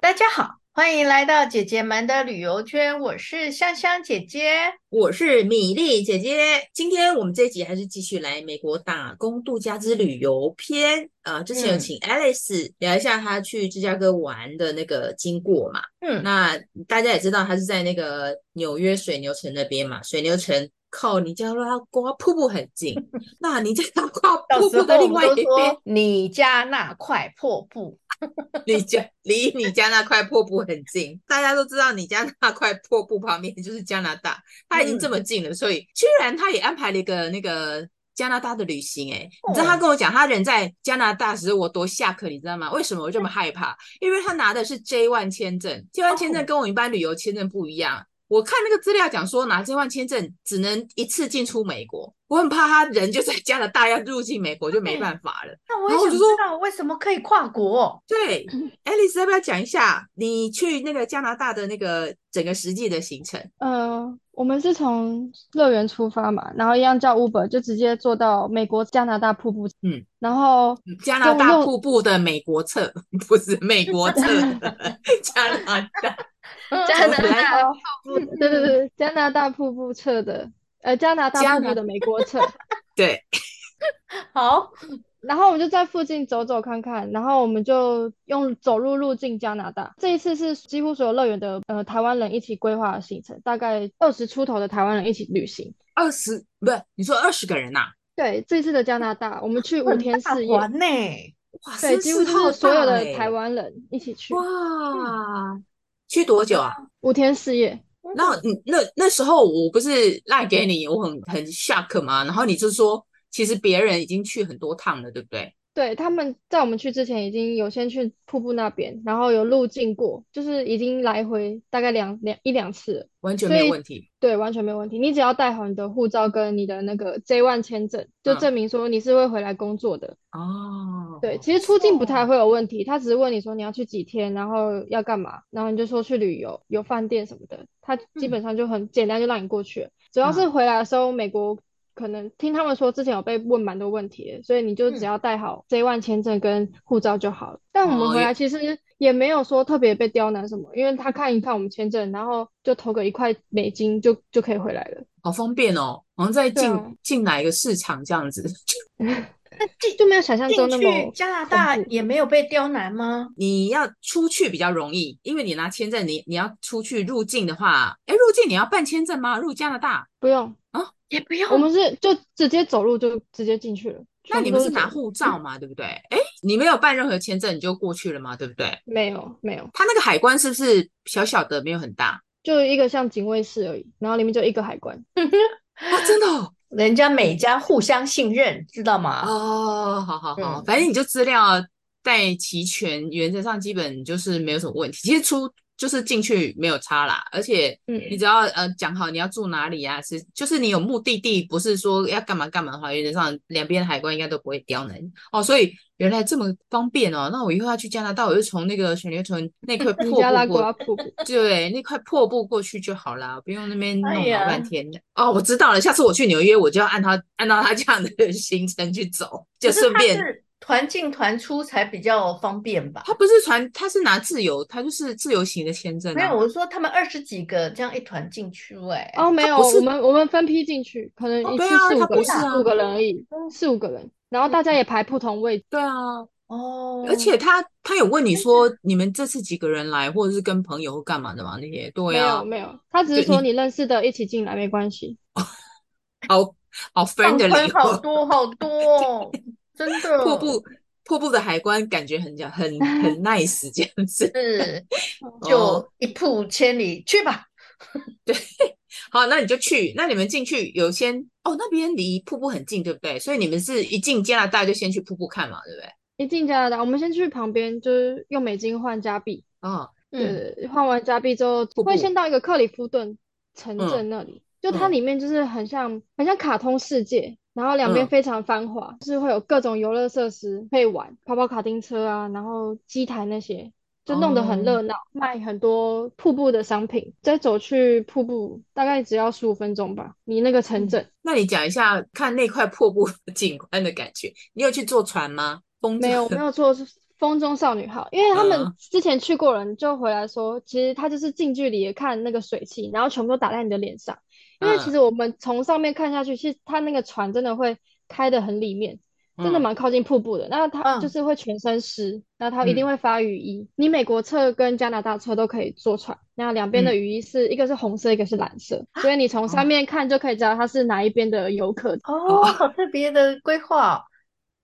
大家好，欢迎来到姐姐们的旅游圈，我是香香姐姐。我是米粒姐姐，今天我们这一集还是继续来美国打工度假之旅游篇。呃，之前有嗯请 Alice 聊一下她去芝加哥玩的那个经过嘛。嗯，那大家也知道，她是在那个纽约水牛城那边嘛。水牛城靠尼加拉瓜瀑布很近，那尼加拉瓜到瀑时布候的我另们外都一边，说你家那块破布， 你家离你家那块瀑布很近。大家都知道，你家那块瀑布旁边就是加拿大，它已经这么嗯近了，所以居然他也安排了一个那个加拿大的旅行、欸。你知道他哦跟我讲，他人在加拿大时，我多吓客，你知道吗？为什么我这么害怕？因为他拿的是 J1 签证，J1 签哦证跟我们一般旅游签证不一样。我看那个资料讲说，拿 J1 签证只能一次进出美国，我很怕他人就在加拿大要入境美国就没对办法了。那我然后也我想就知说道为什么可以跨国。对，嗯爱丽丝要不要讲一下你去那个加拿大的那个整个实际的行程？呃，我们是从乐园出发嘛，然后一样叫 Uber，就直接坐到美国加拿大瀑布。嗯，然后加拿用大用瀑布的美国侧， 不是美国 侧的加拿大。嗯加我拿本来大哦，对对对，加拿大瀑布侧的，呃，加拿大加瀑布拿的美国侧。对，好，然后我们就在附近走走看看，然后我们就用走路入境加拿大。这一次是几乎所有乐园的呃台湾人一起规划的行程，大概二十出头的台湾人一起旅行。二十不是你说二十个人呐、对，这次的加拿大，我们去五很天大四夜，团呢、哇，对，声几乎势就浩是所有大的欸台湾人一起去，嗯哇，去多久啊？五天四夜。然后你那那时候我不是赖给你，我很很 shock 嘛，然后你就说其实别人已经去很多趟了，对不对？对，他们在我们去之前已经有先去瀑布那边，然后有路径过，就是已经来回大概两两一两次了，完全所没有以问题。对，完全没有问题。你只要带好你的护照跟你的那个 J1 签证，就嗯证明说你是会回来工作的。哦，对，其实出境不太哦会有问题，他只是问你说你要去几天，然后要干嘛，然后你就说去旅游，有饭店什么的，他基嗯本上就很简单就让你过去了。主要是嗯回来的时候，美国可能听他们说之前有被问蛮多问题的，所以你就只嗯要带好 J1 签证跟护照就好了。但我们哦回也来其实也没有说特别被刁难什么，因为他看一看我们签证，然后就投个一块美金就就可以回来了，好方便哦，好像在对进啊进哪一个市场这样子。 那进就没有想象中进那去么加拿恐大怖也没有被刁难吗？你要出去比较容易，因为你拿签证，你你要出去入境的话，哎，入境你要办签证吗？入加拿大？不用，也不用我们是就直接走路就直接进去了，那全你部们都是走拿路护照嘛，对不对？哎，你没有办任何签证你就过去了嘛，对不对？没有没有，他那个海关是不是小小的，没有很大？就一个像警卫室而已，然后里面就一个海关。哦，真的哦，人家每家互相信任，知道吗？哦，好好好，嗯反正你就资料带齐全，原则上基本就是没有什么问题。其实出就是进去没有差啦，而且嗯你只要呃讲好你要住哪里啊，是就是你有目的地，不是说要干嘛干嘛的话，原则上两边的海关应该都不会刁难你哦。所以原来这么方便哦，那我以后要去加拿大，我就从那个水牛城那块尼瀑加拉布过瓜瀑布，对，那块破布过去就好啦，不用那边哎弄呀老半天的。哦，我知道了，下次我去纽约，我就要按他按照他这样的行程去走，就可是顺它便。哦是团进团出才比较方便吧？他不是船，他是拿自由，他就是自由行的签证没啊有，。我是说他们二十几个这样一团进去、哎，哦，没它有，不我是们我们分批进去，可能哦一对次啊四五它个不人，是四啊五个人而已，四五个人，然后大家也排不同位置。对啊，嗯哦，而且他他有问你说你们这次几个人来，或者是跟朋友或干嘛的嘛？那些对没有啊，没有，他只是对说你你认识的一起进来没关系。好好放 friendly 宽好哦。多好多哦，真的瀑布瀑布的海关感觉很像 很很 nice 这样子。是哦就一铺千里去吧。好，那你就去。那你们进去有先哦，那边离瀑布很近，对不对？所以你们是一进加拿大就先去瀑布看嘛，对不对？一进加拿大，我们先去旁边，就是用美金换加币，哦，对嗯，对，换完加币之后，瀑会布先到一个克里夫顿城嗯镇那里，就它嗯里面就是很像很像卡通世界，然后两边嗯非常繁华，就是会有各种游乐设施可以玩，跑跑卡丁车啊，然后机台那些，就弄得很哦热闹，卖很多瀑布的商品。再走去瀑布大概只要十五分钟吧，离那个嗯城镇那你讲一下看那块瀑布景观的感觉。你有去坐船吗？风没有没有坐风中少女号，因为他们嗯之前去过人就回来说，其实它就是近距离地看那个水汽，然后全部都打在你的脸上。因为其嗯实我们从上面看下去，其实它那个船真的会开得很里面，真的嗯蛮靠近瀑布的。那它嗯就是会全身湿，那它一嗯定会发雨衣。你美国侧跟加拿大侧都可以坐船，那两边的嗯雨衣是一个是红色，一个是 蓝色，所以你从哦上面看就可以知道它是哪一边的游客。哦，好特别的规划哦。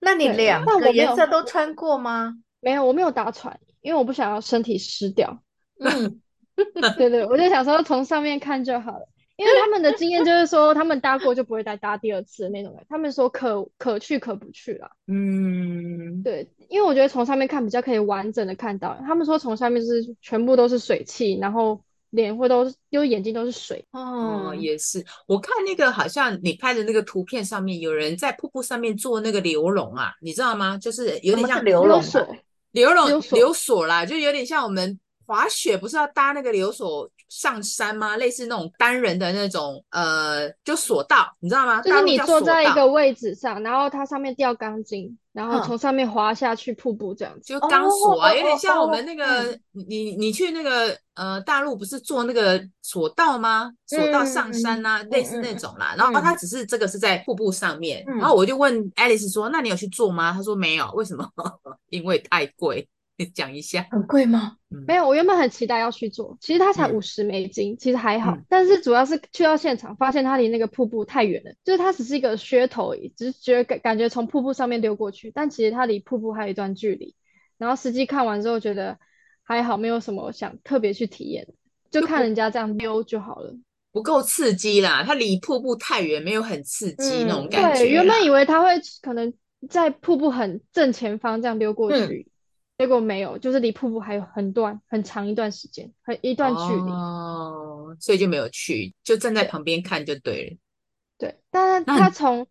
那你对两但个我没颜有色都穿过吗？没有，我没有搭船，因为我不想要身体湿掉。嗯， 对对，我就想说从上面看就好了，因为他们的经验就是说，他们搭过就不会再搭第二次的那种感觉。他们说可可去可不去啦。嗯，对，因为我觉得从上面看比较可以完整的看到。他们说从上面就是全部都是水汽，然后脸会都是，就是眼睛都是水。哦，哦，嗯也是。我看那个好像你拍的那个图片上面，有人在瀑布上面做那个流笼啊，你知道吗？就是有什点么像是流有笼水啊？流笼溜索流索啦，就有点像我们滑雪不是要搭那个流索上山吗？类似那种单人的那种呃，就索道，你知道吗？就大是陆你叫坐索在一道个位置上，然后它上面吊钢筋，然后嗯从上面滑下去瀑布这样子。就哦钢索啊，有哦点像我哦们那个嗯你你你去那个呃大陆不是坐那个索道吗？索道上山呐、类似那种啦。然后哦他只是这个是在瀑布上面，嗯然后我就问 Alice 说：“那你有去坐吗？”他说：“没有，为什么？ 因为太贵。”你讲一下，很贵吗？嗯没有，我原本很期待要去做，其实它才嗯五十美金，其实还好。嗯但是主要是去到现场，发现它离那个瀑布太远了，就是它只是一个噱头而已，只是觉得感感觉从瀑布上面溜过去，但其实它离瀑布还有一段距离。然后实际看完之后觉得还好，没有什么想特别去体验，就看人家这样溜就好了。不够刺激啦，它离瀑布太远，没有很刺激那种嗯感觉啦。对，原本以为它会可能在瀑布很正前方这样溜过嗯去，结果没有，就是离瀑布还有很段很长一段时间，很一段距离。哦，所以就没有去，就站在旁边看就对了。对，但是那他你从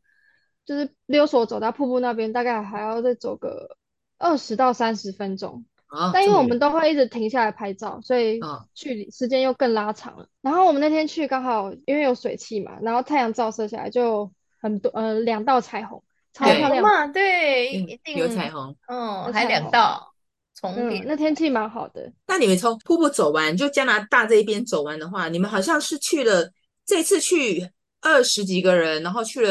就是溜索走到瀑布那边，大概还要再走个二十到三十分钟。哦，但因这为么我远们都会一直停下来拍照，所以哦距离时间又更拉长了。然后我们那天去刚好因为有水汽嘛，然后太阳照射下来就很多呃两道彩虹，超对漂好亮。嘛，对，一定有彩虹。嗯，有还彩两虹道重嗯，叠。，那天气蛮好的。那你们从瀑布走完，就加拿大这一边走完的话，你们好像是去了这次去二十几个人，然后去了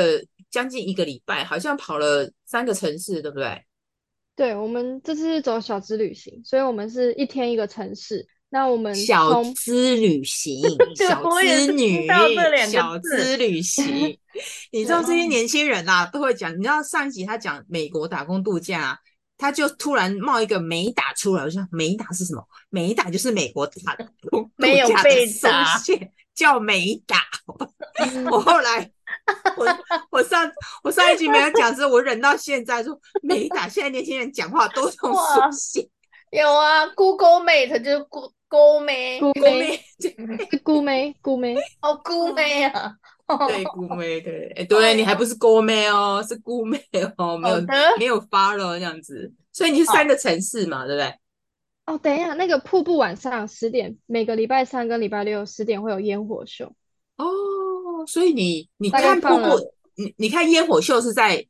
将近一个礼拜，好像跑了三个城市，对不对？对，我们这次是走小资旅行，所以我们是一天一个城市。那我们小从资旅行 小我也是资女听到这两个，字哦小资 旅行。你知道这些年轻人啊，都会讲。你知道上一集他讲美国打工度假、啊，他就突然冒一个美打出来，我就想美打是什么？美打就是美国打工度没有假的被缩打写，叫美打。嗯 我后来，我我上我上一集没有讲，是我忍到现在说美打。现在年轻人讲话都用哇缩写，有啊，Google Mate 就是 Go Go 妹， 姑姑妹妹，对是姑妹姑妹，哦，姑妹啊，对，姑妹，对，哎，对你还不是姑妹哦，是姑妹哦，没好的，有没有 follow 这样子，所以你是三个城市嘛，对不对？哦，等一下，那个瀑布晚上十点，每个礼拜三跟礼拜六十点会有烟火秀，哦，所以你你大概看瀑放了布，你你看烟火秀是在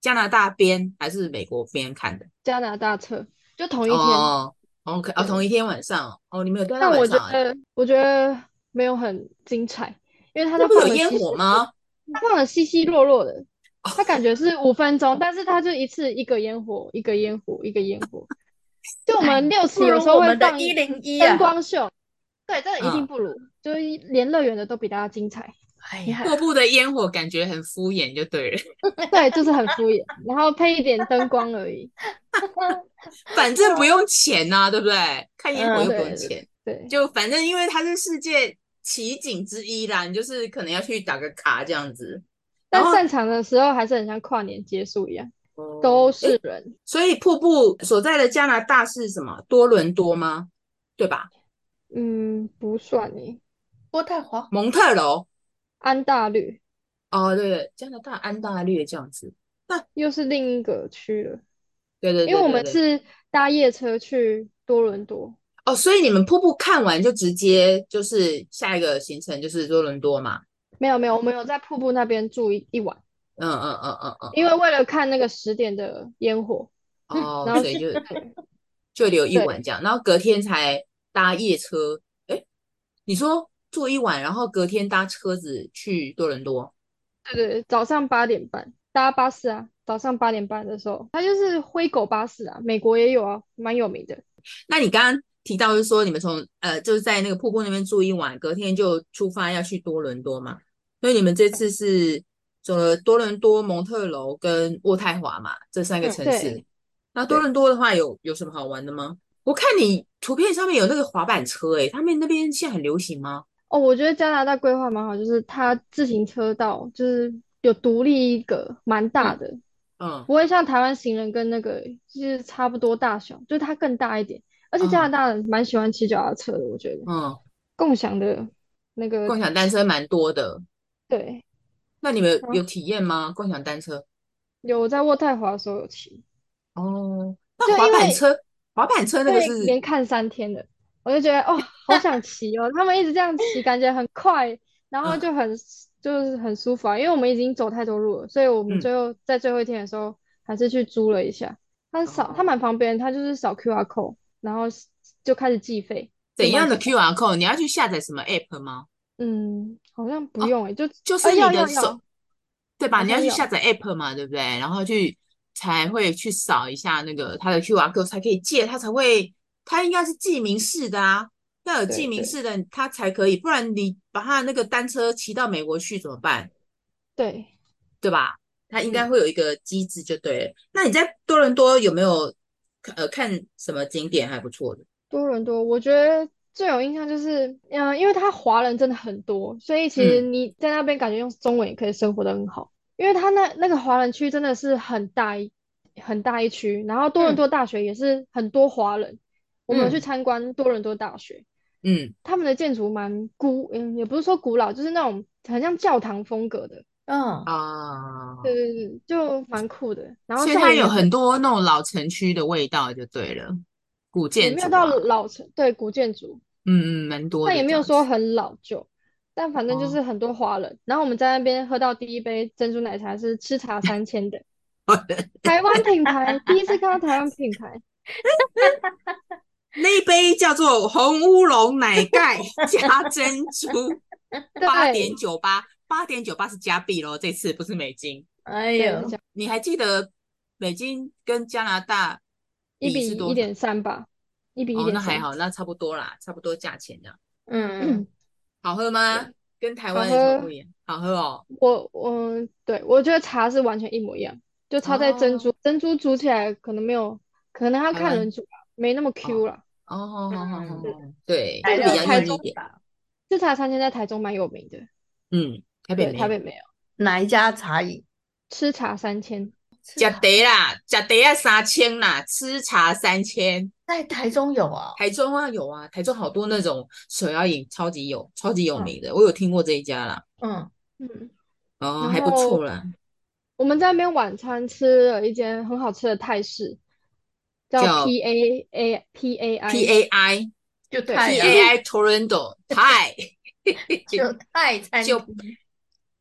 加拿大边还是美国边看的？加拿大车就同一天。哦，OK，哦，对同一天晚上哦，哦，你们有待到但我晚觉上啊？得，我觉得没有很精彩，因为它那都不是放有的烟稀稀火吗？它放的稀稀落落的，哦它感觉是五分钟，但是它就一次一个烟火，一个烟火，一个烟火。就我哎们六期不有如时候我会们的放101啊灯光秀，对，这个一定嗯不如，就是连乐园的都比大家精彩。哎你呀， 看瀑布的烟火感觉很敷衍，就对了。对，就是很敷衍，然后配一点灯光而已。反正不用钱呐、对不对？看烟火嗯又不用啊对对钱。对，就反正因为它是世界奇景之一啦，你就是可能要去打个卡这样子。然但后散场的时候还是很像跨年结束一样，都是人。所以瀑布所在的加拿大是什么？多伦多吗？对吧？嗯，不算诶，渥太华，蒙特楼安大略哦，对对，加拿大安大略这样子。又是另一个区了，对对对因为我们对对是搭夜车去多伦多。哦，所以你们瀑布看完就直接就是下一个行程就是多伦多嘛。没有没有，我们有在瀑布那边住一一晚，嗯嗯嗯嗯嗯，因为为了看那个十点的烟火，哦， 然后所以就就留一晚这样，然后隔天才搭夜车。哎，你说住一晚，然后隔天搭车子去多伦多，对对，对早上八点半搭巴士啊，早上八点半的时候，它就是灰狗巴士啊，美国也有啊，蛮有名的。那你刚刚提到就是说你们从呃就是在那个瀑布那边住一晚，隔天就出发要去多伦多嘛？所以你们这次是走了多伦多、蒙特楼跟渥太华嘛这三个嗯城对市。那多伦多的话有有什么好玩的吗？我看你图片上面有那个滑板车、诶，他们那边现在很流行吗？哦，我觉得加拿大规划蛮好，就是它自行车道就是有独立一个蛮大的，嗯，不会像台湾行人跟那个就是差不多大小，就是它更大一点。而且加拿嗯大人蛮喜欢骑脚踏车的，我觉得嗯，共享的那个共享单车蛮多的。对，那你们然后有体验吗？共享单车？有我在渥太华的时候有骑，哦，那就滑因板为车，滑板车那个对，是连看三天的，我就觉得哦，好想骑哦。他们一直这样骑，感觉很快，然后嗯就很就是很舒服啊。因为我们已经走太多路了，所以我们嗯最后在最后一天的时候还是去租了一下。它扫，它哦，蛮方便，它就是扫 QR code，然后就开始计费，就怎蛮样的简单。 QR code？你要去下载什么 app 吗？嗯，好像不哦，用诶、就就啊是你要的要手，要，对吧？好你要像去下要，载 app 嘛，对不对？然后去才会去扫一下那个它的 QR code，才可以借，它才会，它应该是记名式的啊，要有记对名对式的它才可以，不然你把它那个单车骑到美国去怎么办？对，对吧？它应该嗯。会有一个机制就对了。那你在多伦多有没有呃看什么景点还不错的？多伦多，我觉得最有印象就是，嗯、因为他华人真的很多，所以其实嗯你在那边感觉用中文也可以生活的很好，因为他那那个华人区真的是很大一很大一区，然后多伦嗯多大学也是很多华人，我们有去嗯参观多伦多大学，嗯他们的建筑蛮古，嗯，也不是说古老，就是那种很像教堂风格的，嗯，对啊，对对，就蛮酷的，然后所以校它园有也很很多那种老城区的味道就对了，古也建没有筑到啊，老城，对，古建筑。嗯嗯，蛮多但的也这没有样说子。很老旧，但反正就哦，是很多华人。然后我们在那边喝到第一杯珍珠奶茶是吃茶三千 的，台湾品牌，第一次看到台湾品 牌，那一杯叫做红乌龙奶 盖加珍珠，八点对九八，八点九八是加币咯，这次不是美金。哎对，是这呦，样，你还记得美金跟加拿大一比是比一多少？点三吧，一比一哦，点那还三，好，那差不多啦，差不多价钱这样。嗯，好喝吗？对，跟台好湾有什么不喝。一样？好喝哦。 我我对我觉得茶是完全一模一样，就差在珍哦，珠，珍珠煮起来可能没有，可能要台看湾人煮吧，没那么 Q 哦啦。哦，好好好好嗯，对，好，对，材会这料比较台太硬中一复点。杂，这茶餐厅在台中蛮有名的，嗯，台北对，没台有。北没有哪一家茶饮？吃茶三千。吃食茶茶啦，食茶啊三千啦，吃茶三千。在台中有啊、台中啊有啊，台中好多那种手摇饮，超级有，超级有嗯名的，我有听过这一家啦。嗯，嗯，哦，然还不错后啦。我们在那边晚餐吃了一间很好吃的泰式，叫叫 P A A P A I， PAI 就对，泰啊， PAI Toronto 派，就泰餐就厅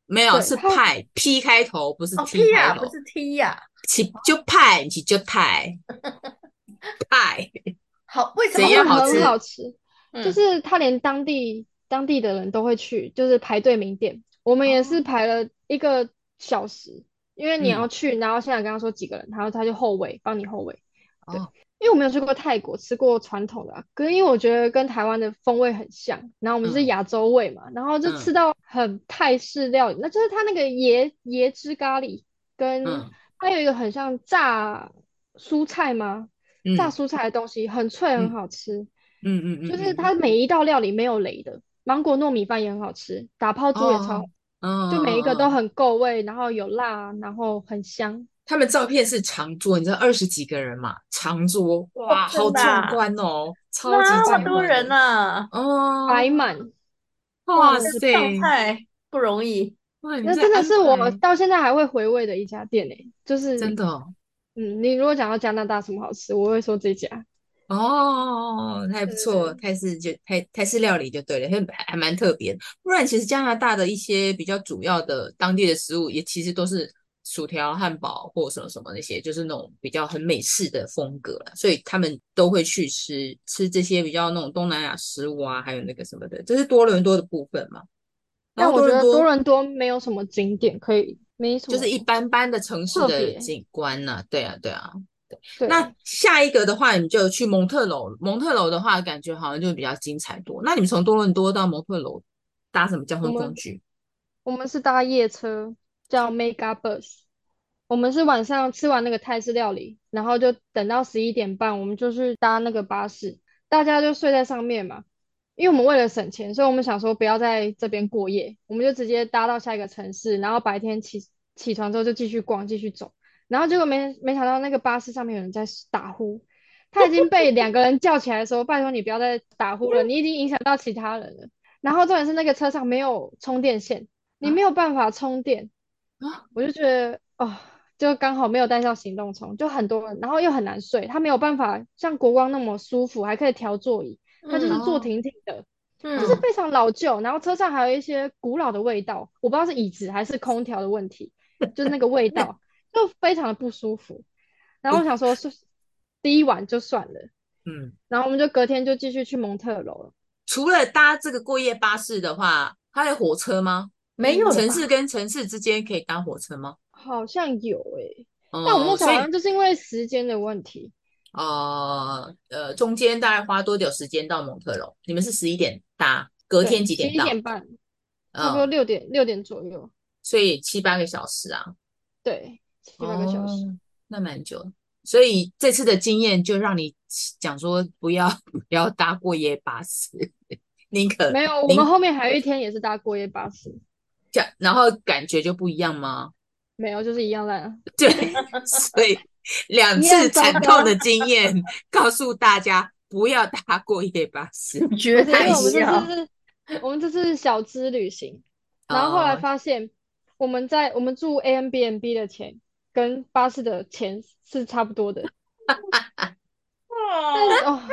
没有对，是它派 P 开头，不是哦 T ，P 开啊，不头，是 T 呀、是就派，是就泰 派，好，为什么怎真会样的好好很吃？吃？好吃，就嗯，是它连当地当地的人都会去，就是排队名店。我们也哦，是排了一个小时，因为你要嗯，去，然后现在跟他说几个人，然后他就后位帮你后位。对，哦，因为我没有去过泰国，吃过传统的啊，可是因为我觉得跟台湾的风味很像，然后我们是嗯亚洲味嘛，然后就嗯吃到很泰式料理，那就是它那个椰椰汁咖喱，跟嗯它有一个很像炸蔬菜吗？炸嗯蔬菜的东西很脆，很嗯好吃，嗯嗯嗯就是嗯它嗯，每一道料理没有雷的，芒果糯米饭也很好吃，打泡猪也超好哦吃，哦就每一个哦都哦，很够味，然后有辣，然后很香。他们照片是长桌，你知道二十几个人嘛，长桌，哦，哇，好真的壮啊，观哦，超级那么壮多观人的，啊，哦，摆满，哇，哇真的是塞，摆上满。菜不容易。哇，你们那在真的安是我排，到现在还会回味的一家店诶、就嗯真是，的哦。嗯，你如果讲到加拿大什么好吃，我会说这家。哦，那还不对错，对泰式就泰泰式料理就对了，还还蛮特别的。不然其实加拿大的一些比较主要的当地的食物也其实都是薯条、汉堡或什么什么那些，就是那种比较很美式的风格啦，所以他们都会去吃吃这些比较那种东南亚食物啊，还有那个什么的，这是多伦多的部分嘛。然但后我多觉伦得多多伦多没有什么景点可以，没什就是一么般般的城市特的别景观呐、对啊，对啊。对，那下一个的话，你就去蒙特楼。蒙特楼的话，感觉好像就比较精彩多。那你们从多伦多到蒙特楼搭什么交我通们工具？我们是搭夜车，叫 Mega Bus。我们是晚上吃完那个泰式料理，然后就等到十一点半，我们就去搭那个巴士，大家就睡在上面嘛。因为我们为了省钱，所以我们想说不要在这边过夜，我们就直接搭到下一个城市，然后白天起起床之后就继续逛，继续走。然后结果没没想到那个巴士上面有人在打呼，他已经被两个人叫起来说：“拜托你不要再打呼了，你已经影响到其他人了。”然后重点是那个车上没有充电线，你没有办法充电。啊，我就觉得哦，就刚好没有带上行动充，就很多人，然后又很难睡，他没有办法像国光那么舒服，还可以调座椅，他就是嗯坐哦，挺挺的，就是嗯，非常老旧。然后车上还有一些古老的味道，我不知道是椅子还是空调的问题，就是那个味道就非常的不舒服。然后我想说，是第一晚就算了，嗯，然后我们就隔天就继续去蒙特楼了。除了搭这个过夜巴士的话，它有火车吗？没有了城市吧？跟城市之间可以搭火车吗？好像有诶、但哦、我们那时候所好以像就是因为时间的问题，呃呃，中间大概花多久时间到蒙特楼？你们是十一点搭，隔天对，几十点一到？点半，差不多嗯，六点六点左右。所以七八个小时啊。对，七八个小时。哦，那蛮久了。所以这次的经验就让你讲说不要 不要搭过夜巴士， 宁可没有，我们宁后面还有一天也是搭过夜巴士，讲，然后感觉就不一样吗？没有，就是一样烂啊。对， 所以两你次很糟惨痛糕，的经验告诉大家不要搭过夜巴士。绝不是，因对为我们这要。次是，我们这次是小资旅行， 然后后来哦，发现我们在我们住 a m b n b 的钱跟巴士的钱是差不多的，但是哦，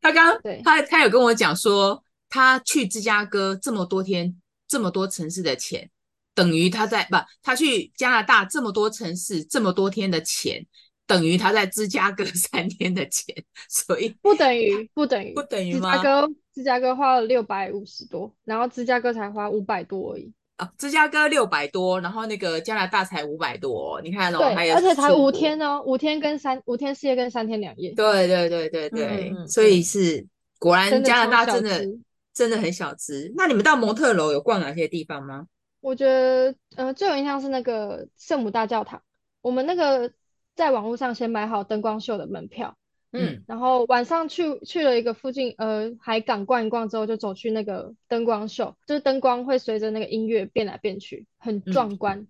他刚对，他他有跟我讲说，他去芝加哥这么多天，这么多城市的钱，等于他在不，他去加拿大这么多城市，这么多天的钱，等于他在芝加哥 三天的钱，所以不等他于不等不于，等于芝加吗？哥芝加哥花了六百五十多，然后芝加哥才花五百多而已，啊，芝加哥六百多，然后那个加拿大才五百多，你看哦，对，还有而且才出五国，天哦，五天跟三五天四夜跟三天两夜，对对对对嗯对，嗯所以嗯是果然真的加拿超大小真的资。真的很小资。那你们到蒙特楼有逛哪些地方吗？我觉得，呃，最有印象是那个圣母大教堂。我们那个在网络上先买好灯光秀的门票，嗯嗯。然后晚上去去了一个附近，呃，海港逛一逛之后，就走去那个灯光秀，就是灯光会随着那个音乐变来变去，很嗯壮观。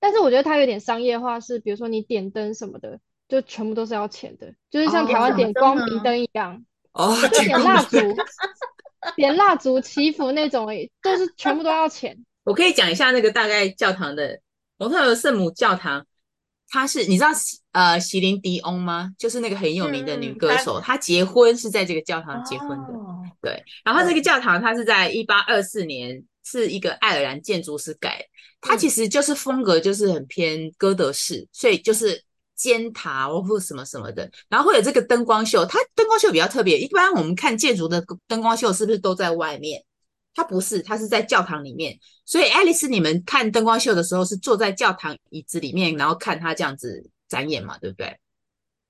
但是我觉得它有点商业化，是比如说你点灯什么的，就全部都是要钱的，就是像台那哦湾什么点灯啊光呢？明灯一样，哦，就点点光蜡 明灯。烛、点蜡烛祈福那种而已，都是全部都要钱。我可以讲一下那个大概教堂的蒙特罗圣母教堂，它是你知道席呃席琳迪翁吗？就是那个很有名的嗯女嗯，歌他手，她结婚是在这个教堂啊结婚的。 哦，对，然后这个对，教堂它是在一八二四年是一个爱尔兰建筑师盖的，它其嗯实就是风格就是很偏哥德式，所以就是尖塔或什么什么的，然后会有这个灯光秀，它灯光秀比较特别，一般我们看建筑的灯光秀是不是都在外面？它不是，它是在教堂里面，所以爱丽丝你们看灯光秀的时候是坐在教堂椅子里面，然后看它这样子展演嘛，对不对？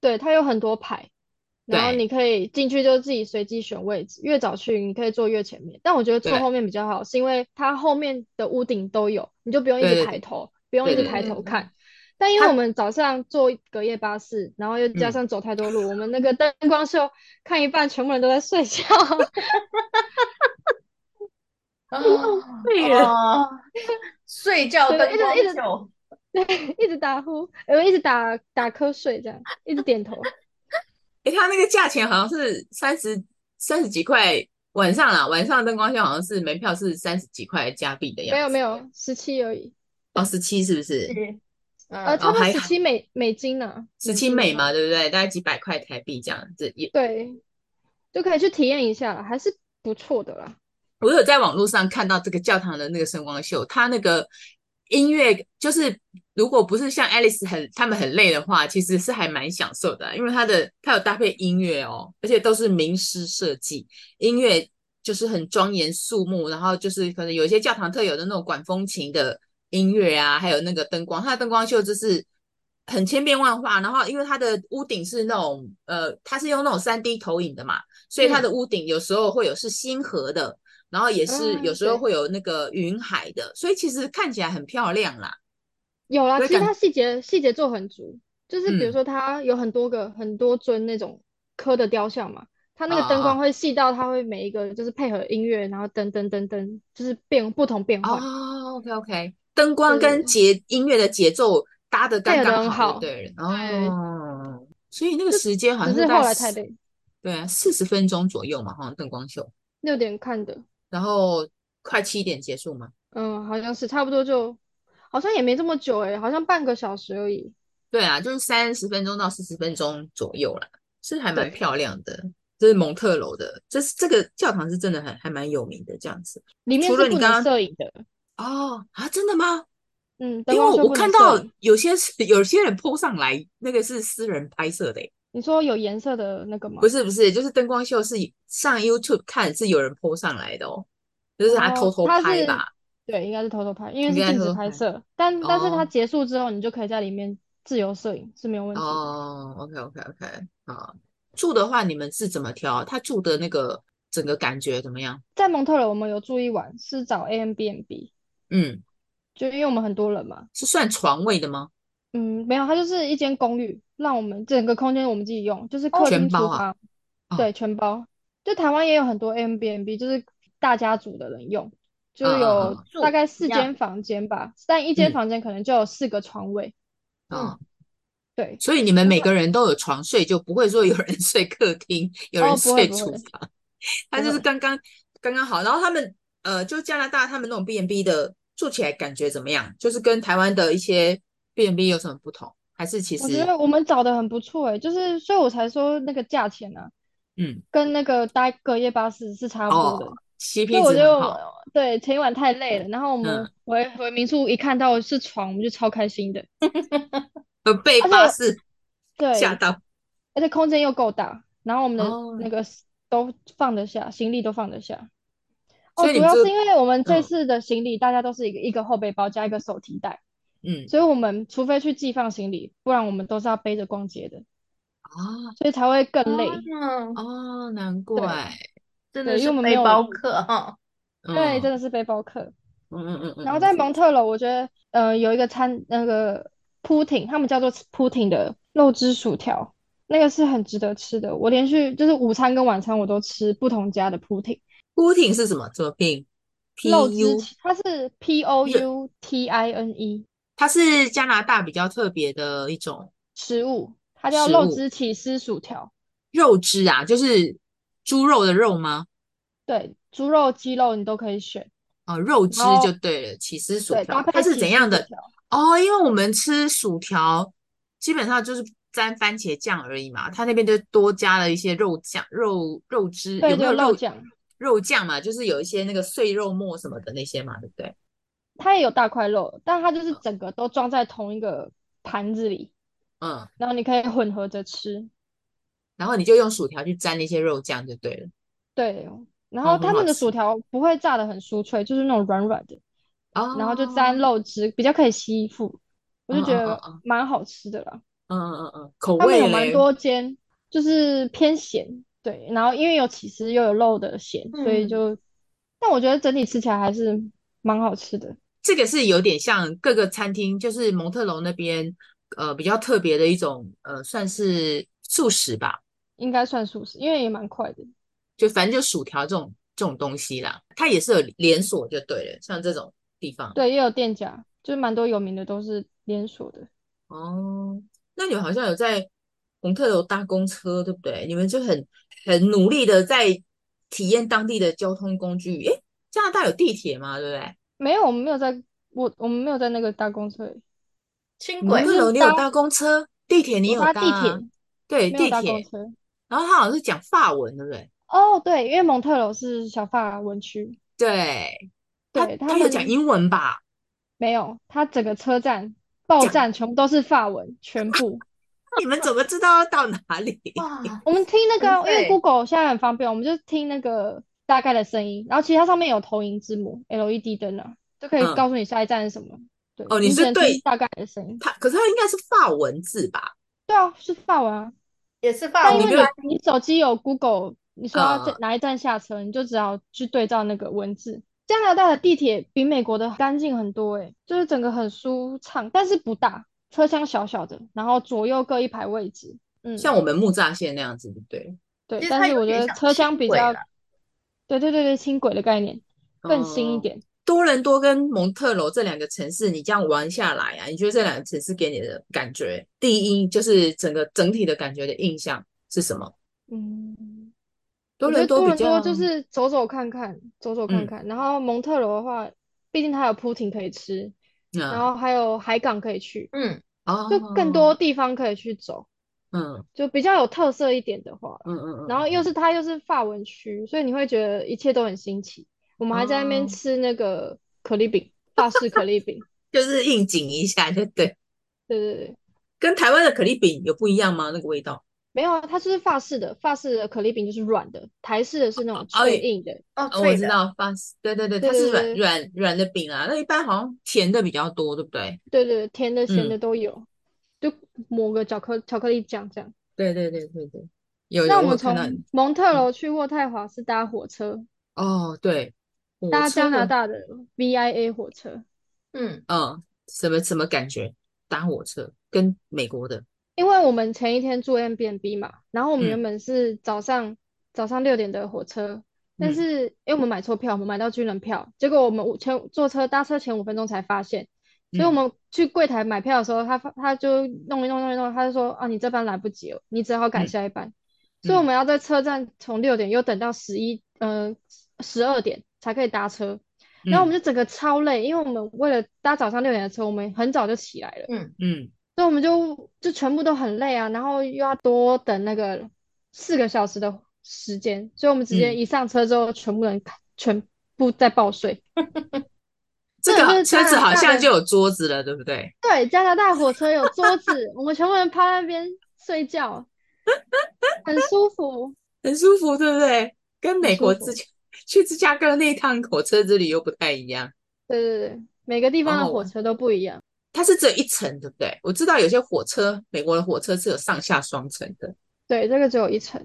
对，它有很多排，然后对你可以进去就自己随机选位置，越早去你可以坐越前面，但我觉得坐对后面比较好，是因为它后面的屋顶都有，你就不用一直对抬对头，不用对一直对对抬对，头嗯嗯看。 但因为我它们早上坐隔夜巴士，然后又加嗯。上走太多路，我们那个灯光秀看一半，全部人都在睡觉， 啊对了，哦，睡觉对，灯一直光一直秀，对，一直打呼，呃，一直打打瞌睡，这样一直点头。诶，它那个价钱好像是三十三十几块晚上啦，晚上灯光秀好像是门票是三十几块加币的没样有没子，有，十七而已，哦，十七是不是？是，呃，嗯差哦，不多还十七美美金啊呢、十美七金的美话，嘛，对不对？大概几百块台币这样子。也对。就可以去体验一下啦，还是不错的啦。我有在网络上看到这个教堂的那个声光秀，它那个。音乐就是如果不是像 Alice 很他们很累的话，其实是还蛮享受的啊，因为它的它有搭配音乐哦，而且都是名师设计，音乐就是很庄严肃穆，然后就是可能有一些教堂特有的那种管风琴的音乐啊，还有那个灯光，它的灯光秀就是很千变万化，然后因为它的屋顶是那种呃，它是用那种三 D 投影的嘛，所以它的屋顶有时候会有是星河的，然后也是嗯有时候对会有那个云海的，所以其实看起来很漂亮啦。有啦，所以其实感它细节细节做很足，就是比嗯如说它有很多个很多尊那种刻的雕像嘛，它那个啊灯啊光会细到它会每一个就是配合音乐，然后噔噔噔噔，就是变不同变换，哦，OK OK，灯光对跟节音乐的节奏搭的刚配合得刚很好，好对了。对哦，所以那个时间好只像是大后概来太四累，对啊，四十分钟左右嘛，好像灯光秀，六点看的，然后快七点结束嘛。嗯，好像是差不多就，好像也没这么久诶、好像半个小时而已，对啊，就是三十分钟到四十分钟左右啦，是还蛮对漂亮的。这是蒙特楼的，这是这个教堂是真的还还蛮有名的这样子。里面除是了你不刚能刚摄影的，哦啊，真的吗？嗯，灯因为光秀我不看能到摄影，有些是有些人 PO 上来，那个是私人拍摄的耶，你说有颜色的那个吗？不是不是，就是灯光秀是上 YouTube 看是有人 PO 上来的哦，就是他偷哦，偷它拍是吧。对，应该是偷偷拍，因为应是该禁偷止偷拍拍摄，但但是它哦结束之后，你就可以在里面自由摄影是没有问题的。哦，OK OK OK，好，住的话你们是怎么挑？他住的那个整个感觉怎么样？在蒙特楼，我们有住一晚，是找 a m b n b 嗯，就因为我们很多人嘛，是算床位的吗？嗯，没有，它就是一间公寓，让我们整个空间我们自己用，就是客全厅、包厨啊房，哦对，全包。就台湾也有很多 a m b n b 就是大家族的人用，就嗯嗯有嗯大概四一样间房间吧，但一间嗯房间可能就有四个床位，哦，对。所以你们每个人都有床 睡，就不会说有人睡客厅，有人哦不会睡不厨会 房，他不就是会刚刚刚刚好。然后他们呃，就加拿大他们那种 B&B 的住起来感觉怎么样？就是跟台湾的一些 B&B 有什么不同？还是其我觉实得我们找的很不错诶，就是所以我才说那个价钱呢、啊，嗯跟那个搭隔夜巴士是差不多的。哦所以，CP 我值觉得很我们好，对前一晚太累了，然后我们嗯，回回民宿一看到是床，我们就超开心的。呃，被而且巴我士吓对，到而且空间又够大，然后我们的哦，那个都放得下，行李都放得下。哦，所以你主们要这是因为我们这嗯次的行李大家都是一个一个后背包加一个手提袋，嗯所以我们除非去寄放行李，不然我们都是要背着逛街的，啊所以才会更累。嗯，哦，难对。怪，真的对，因为是我们没背有，包客哈，对，真嗯的是背包客。嗯嗯嗯然后嗯在嗯，蒙特楼，我觉得，呃，有一个餐，那个 poutine，他们叫做 poutine 的肉汁薯条，那个是很值得吃的。我连续就是午餐跟晚餐我都吃不同家的 poutine， Putin 是什么？怎么拼肉？P 汁 U 起它是 P O 热 U T I N E 它是加拿大比较特别的一种食物，它叫食肉物，汁起司薯条。肉汁啊，就是猪肉的肉吗？对，猪肉、鸡肉你都可以选，哦，肉然汁就后对了，起司薯对，搭条，它配是起怎司样薯的？条。哦，因为我们吃薯条基本上就是沾番茄酱而已嘛，它那边就多加了一些肉酱、肉肉汁，有对没对，有肉肉酱，肉酱嘛？就是有一些那个碎肉末什么的那些嘛，对不对？它也有大块肉，但它哦就是整个都装在同一个盘子里。嗯，然后你可以混合着吃，然后你就用薯条去沾那些肉酱就对了，对。然哦，后很他好们的薯吃条不会炸得很酥脆，就是那种软软的，然后就沾哦，肉汁，比较可以吸附，我嗯就觉嗯嗯得嗯蛮好吃的啦。嗯嗯嗯，嗯口他们味有蛮嘞。多间，就是偏咸，对。然后因为有起司又有肉的咸，所以嗯，就，但我觉得整体吃起来还是蛮好吃的。这个是有点像各个餐厅，就是蒙特楼那边，呃，比较特别的一种，呃，算是素食吧，应该算素食，因为也蛮快的。就反正就薯条这种这种东西啦，它也是有连锁就对了，像这种地方。对，也有店家，就是蛮多有名的都是连锁的。哦，那你们好像有在蒙特楼搭公车，对不对？你们就很很努力的在体验当地的交通工具。诶，加拿大有地铁吗？对不对？没有，我们没有在，我我们没有在那个搭公车里，轻蒙我轨，特是楼你有搭搭公车，地铁你我有搭搭地啊？铁，对，没有地搭公铁。车。然后他好像是讲法文，对不对？哦，对，因为蒙特楼是小法文区，对，他对，他他有讲们英文吧？ 没有，它整个车站报站全部都是法文，全部。你们怎么知道要到哪里？ 哇，我们听那个啊，因很为会 Google 现在很方便，我们就听那个大概的声音，然后其实它上面有投影字幕、LED 灯啊，就可以嗯告诉你下一站是什么。对，哦你你只是能对听大概的声音。它可是它应该是法文字吧？对啊，是法文啊。也是法但哦因文你为没有你你手机有 Google，你说要在嗯嗯哪一站下车，你就只要去对照那个文字。加拿大的地铁比美国的干净很多、欸，就是整个很舒畅，但是不大，车厢小小的，然后左右各一排位置。嗯，像我们木栅线那样子，对不对？对，其实但它是有我觉点得像车厢轻比轨较啦，对对对对，轻轨的概念更新一哦点。多伦多跟蒙特娄这两个城市，你这样玩下来啊，你觉得这两个城市给你的感觉，第一就是整个整体的感觉的印象是什么？嗯，多我觉伦得多比伦多较就是走走看看，走走看嗯看。然后蒙特罗的话，毕竟它有扑艇可以吃，然嗯后还有海港可以去，嗯，哦，就更多地方可以去走，嗯就比较有特色一点的话。嗯嗯嗯，然后又是它又是法文区，所以你会觉得一切都很新奇。我们还在那边哦吃那个可丽饼，法式可丽饼。就是应景一下， 就对。对对对，跟台湾的可丽饼有不一样吗？那个味道？没有啊，它就是法式的，法式的可丽饼就是软的，台式的是那种哦脆硬的。哦，哦，我脆知的，道，法式，对对对，它对是对软对软软的饼啊，那一般好像甜的比较多，对不对？对对，甜的、咸嗯的都有，就抹个巧克巧克力酱这样。对对对对对，有那有我我有们看到从蒙特嗯娄去渥太华是搭火车，哦，对，火搭车加拿的大的 VIA 火车，嗯，嗯，什么什么感觉？搭火车跟美国的，因为我们前一天住 Airbnb 嘛，然后我们嗯原本是早上早上六点的火车，但嗯是因为我们买错票，我们买到军人票，结果我们五前坐车搭车前五分钟才发现，所以我嗯们去柜台买票的时候，他发他就弄一弄弄一弄，他就说啊，你这班来不及了，你只好赶嗯下一班。所以我嗯们要在车站从六点又等到十一呃十二点才可以搭车，然后嗯我们就整个超累，因为我们为了搭早上六点的车，我们很早就起来了，嗯嗯，所以我们就就全部都很累啊，然后又要多等那个四个小时的时间，所以我们直接嗯一上车之后，全部人全部在爆睡。这这个个好就是车加子拿好大像的就有桌子了，对不对？对，加拿大火车有桌子，我们全部人趴在那边睡觉，很舒服。很舒服，对不对？跟美舒国服之前 去芝加哥那一趟火车之旅又不太一样，对对对，每个地好方的好火玩车都不一样。它是只有一层，对不对？我知道有些火车，美国的火车是有上下双层的。对，这个只有一层。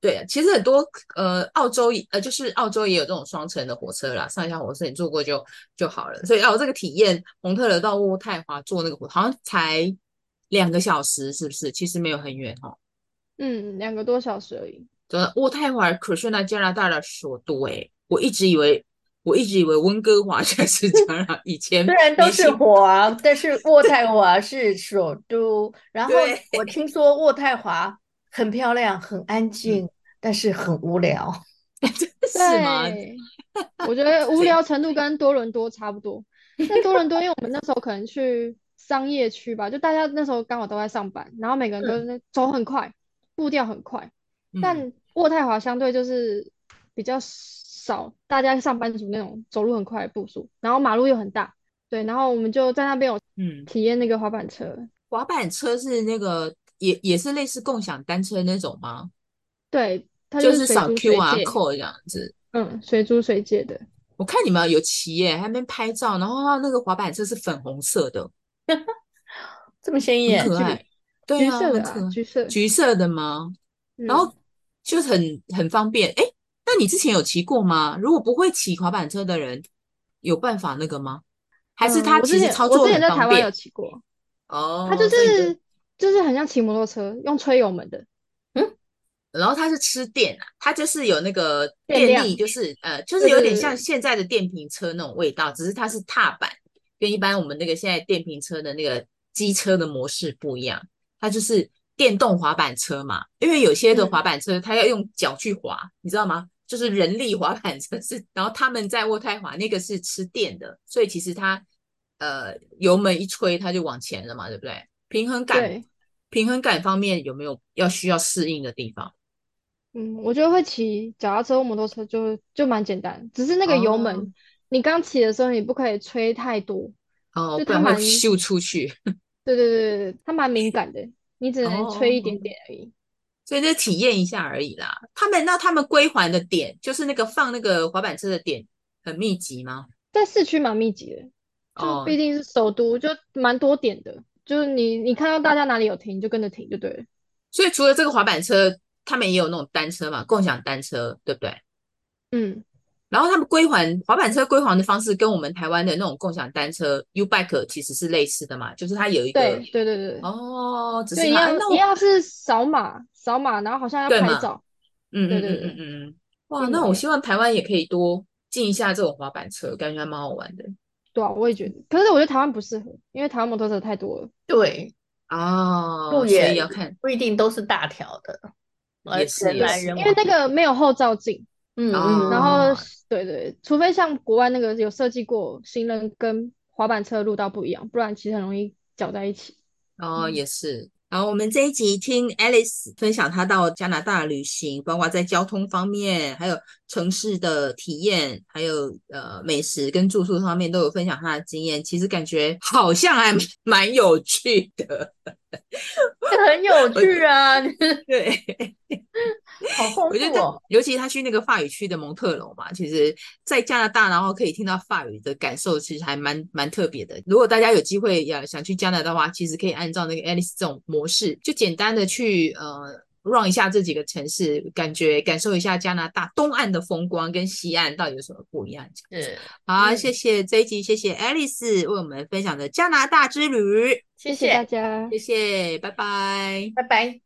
对，其实很多呃，澳洲也呃，就是澳洲也有这种双层的火车啦，上下火车你坐过就就好了。所以哦，这个体验，蒙特勒到渥太华坐那个火，好像才两个小时，是不是？其实没有很远哦。嗯，两个多小时而已。走到渥太华可是那加拿大的首都诶，我一直以为我一直以为温哥华 才是加拿大，以前虽然都迷是信华，但是渥太华是首都。然后对我听说渥太华很漂亮，很安嗯静，但是很无聊。是吗？对，我 觉得无所以聊程度跟多伦多差不多。但多伦多，因为我们那时候可能去商业区吧，就大家那时候刚好都在上班，然后每个人都嗯那走很快，步调很快。嗯，但渥太华相对就是比较少，大家上班族那种走路很快的步数，然后马路又很大，对，然后我们就在那边有嗯，体验那个滑板车，滑板车是那个也也是类似共享单车那种吗？对，它就是是水扫租水 QR 借， code 这样子。嗯，水租水借的，我看你们有骑耶，还没拍照，然后它那个滑板车是粉红色的，这么鲜很艳，可橘爱。对橘啊，色很的可啊，爱，橘色，橘色的吗？然嗯，后就是很很方便。哎，那你之前有骑过吗？如果不会骑滑板车的人，有办法那个吗？还是嗯它我其之实前操我作之前很在方台湾有便？骑过，它哦，就所以你的，是就是很像骑摩托车，用吹油门的，然后它是吃电啊，它就是有那个电电量力，就是呃，就是对有对点对像对，现在的电瓶车那种味道，只是它是踏板，跟一般我们那个现在电瓶车的那个机车的模式不一样，它就是电动滑板车嘛。因为有些的滑嗯，板车它要用脚去滑，你知道吗？就是人力滑板车是，然后他们在渥太华那个是吃电的，所以其实它呃油门一吹它就往前了嘛，对不对？平衡感，对，平衡感方面有没有要需要适应的地方？嗯，我觉得会骑脚踏车、摩托车就就蛮简单，只是那个油哦，门，你刚骑的时候你不可以吹太多，哦，就不它然会蛮秀出去。对对对对对，它蛮敏感的，你只能吹一哦点点而已。 所以就体验一下而已啦。他们那他们归还的点，就是那个放那个滑板车的点很密集吗？在市区蛮密集的，就哦，毕竟是首都，就蛮多点的。就是你你看到大家哪里有停，就跟着停就对了。所以除了这个滑板车，他们也有那种单车嘛，共享单车，对不对？嗯，然后他们归还滑板车归还的方式，跟我们台湾的那种共享单车 U Bike 其实是类似的嘛，就是它有一个对对对对，哦，只就是一它样那一我样是扫码扫码，然后好像要对拍嘛照。嗯对嗯对嗯对嗯嗯嗯，哇，并那没我有希望台湾也可以多进一下这种滑板车，感觉还蛮好玩的。对啊，我也觉得，可是我觉得台湾不适合，因为台湾摩托车太多了。对，哦，路所也以要看不一定都是大条的，而也是且也来是人因为往那个没有后照镜，嗯哦嗯，然后对对，除非像国外那个有设计过行人跟滑板车的路道不一样，不然其实很容易搅在一起。哦，嗯也是。好，我们这一集听 Alice 分享她到加拿大的旅行，包括在交通方面，还有城市的体验，还有呃美食跟住宿方面都有分享她的经验。其实感觉好像还蛮蛮有趣的，很有趣啊，对。好丰我觉富得哦。，尤其他去那个法语区的蒙特楼嘛，其实，在加拿大，然后可以听到法语的感受，其实还蛮蛮特别的。如果大家有机会要想去加拿大的话，其实可以按照那个 Alice 这种模式，就简单的去呃 run 一下这几个城市，感觉感受一下加拿大东岸的风光跟西岸到底有什么不一样。这样子是，好，嗯谢谢这一集，谢谢 Alice 为我们分享的加拿大之旅，谢谢大谢，家谢。谢，拜拜。拜拜。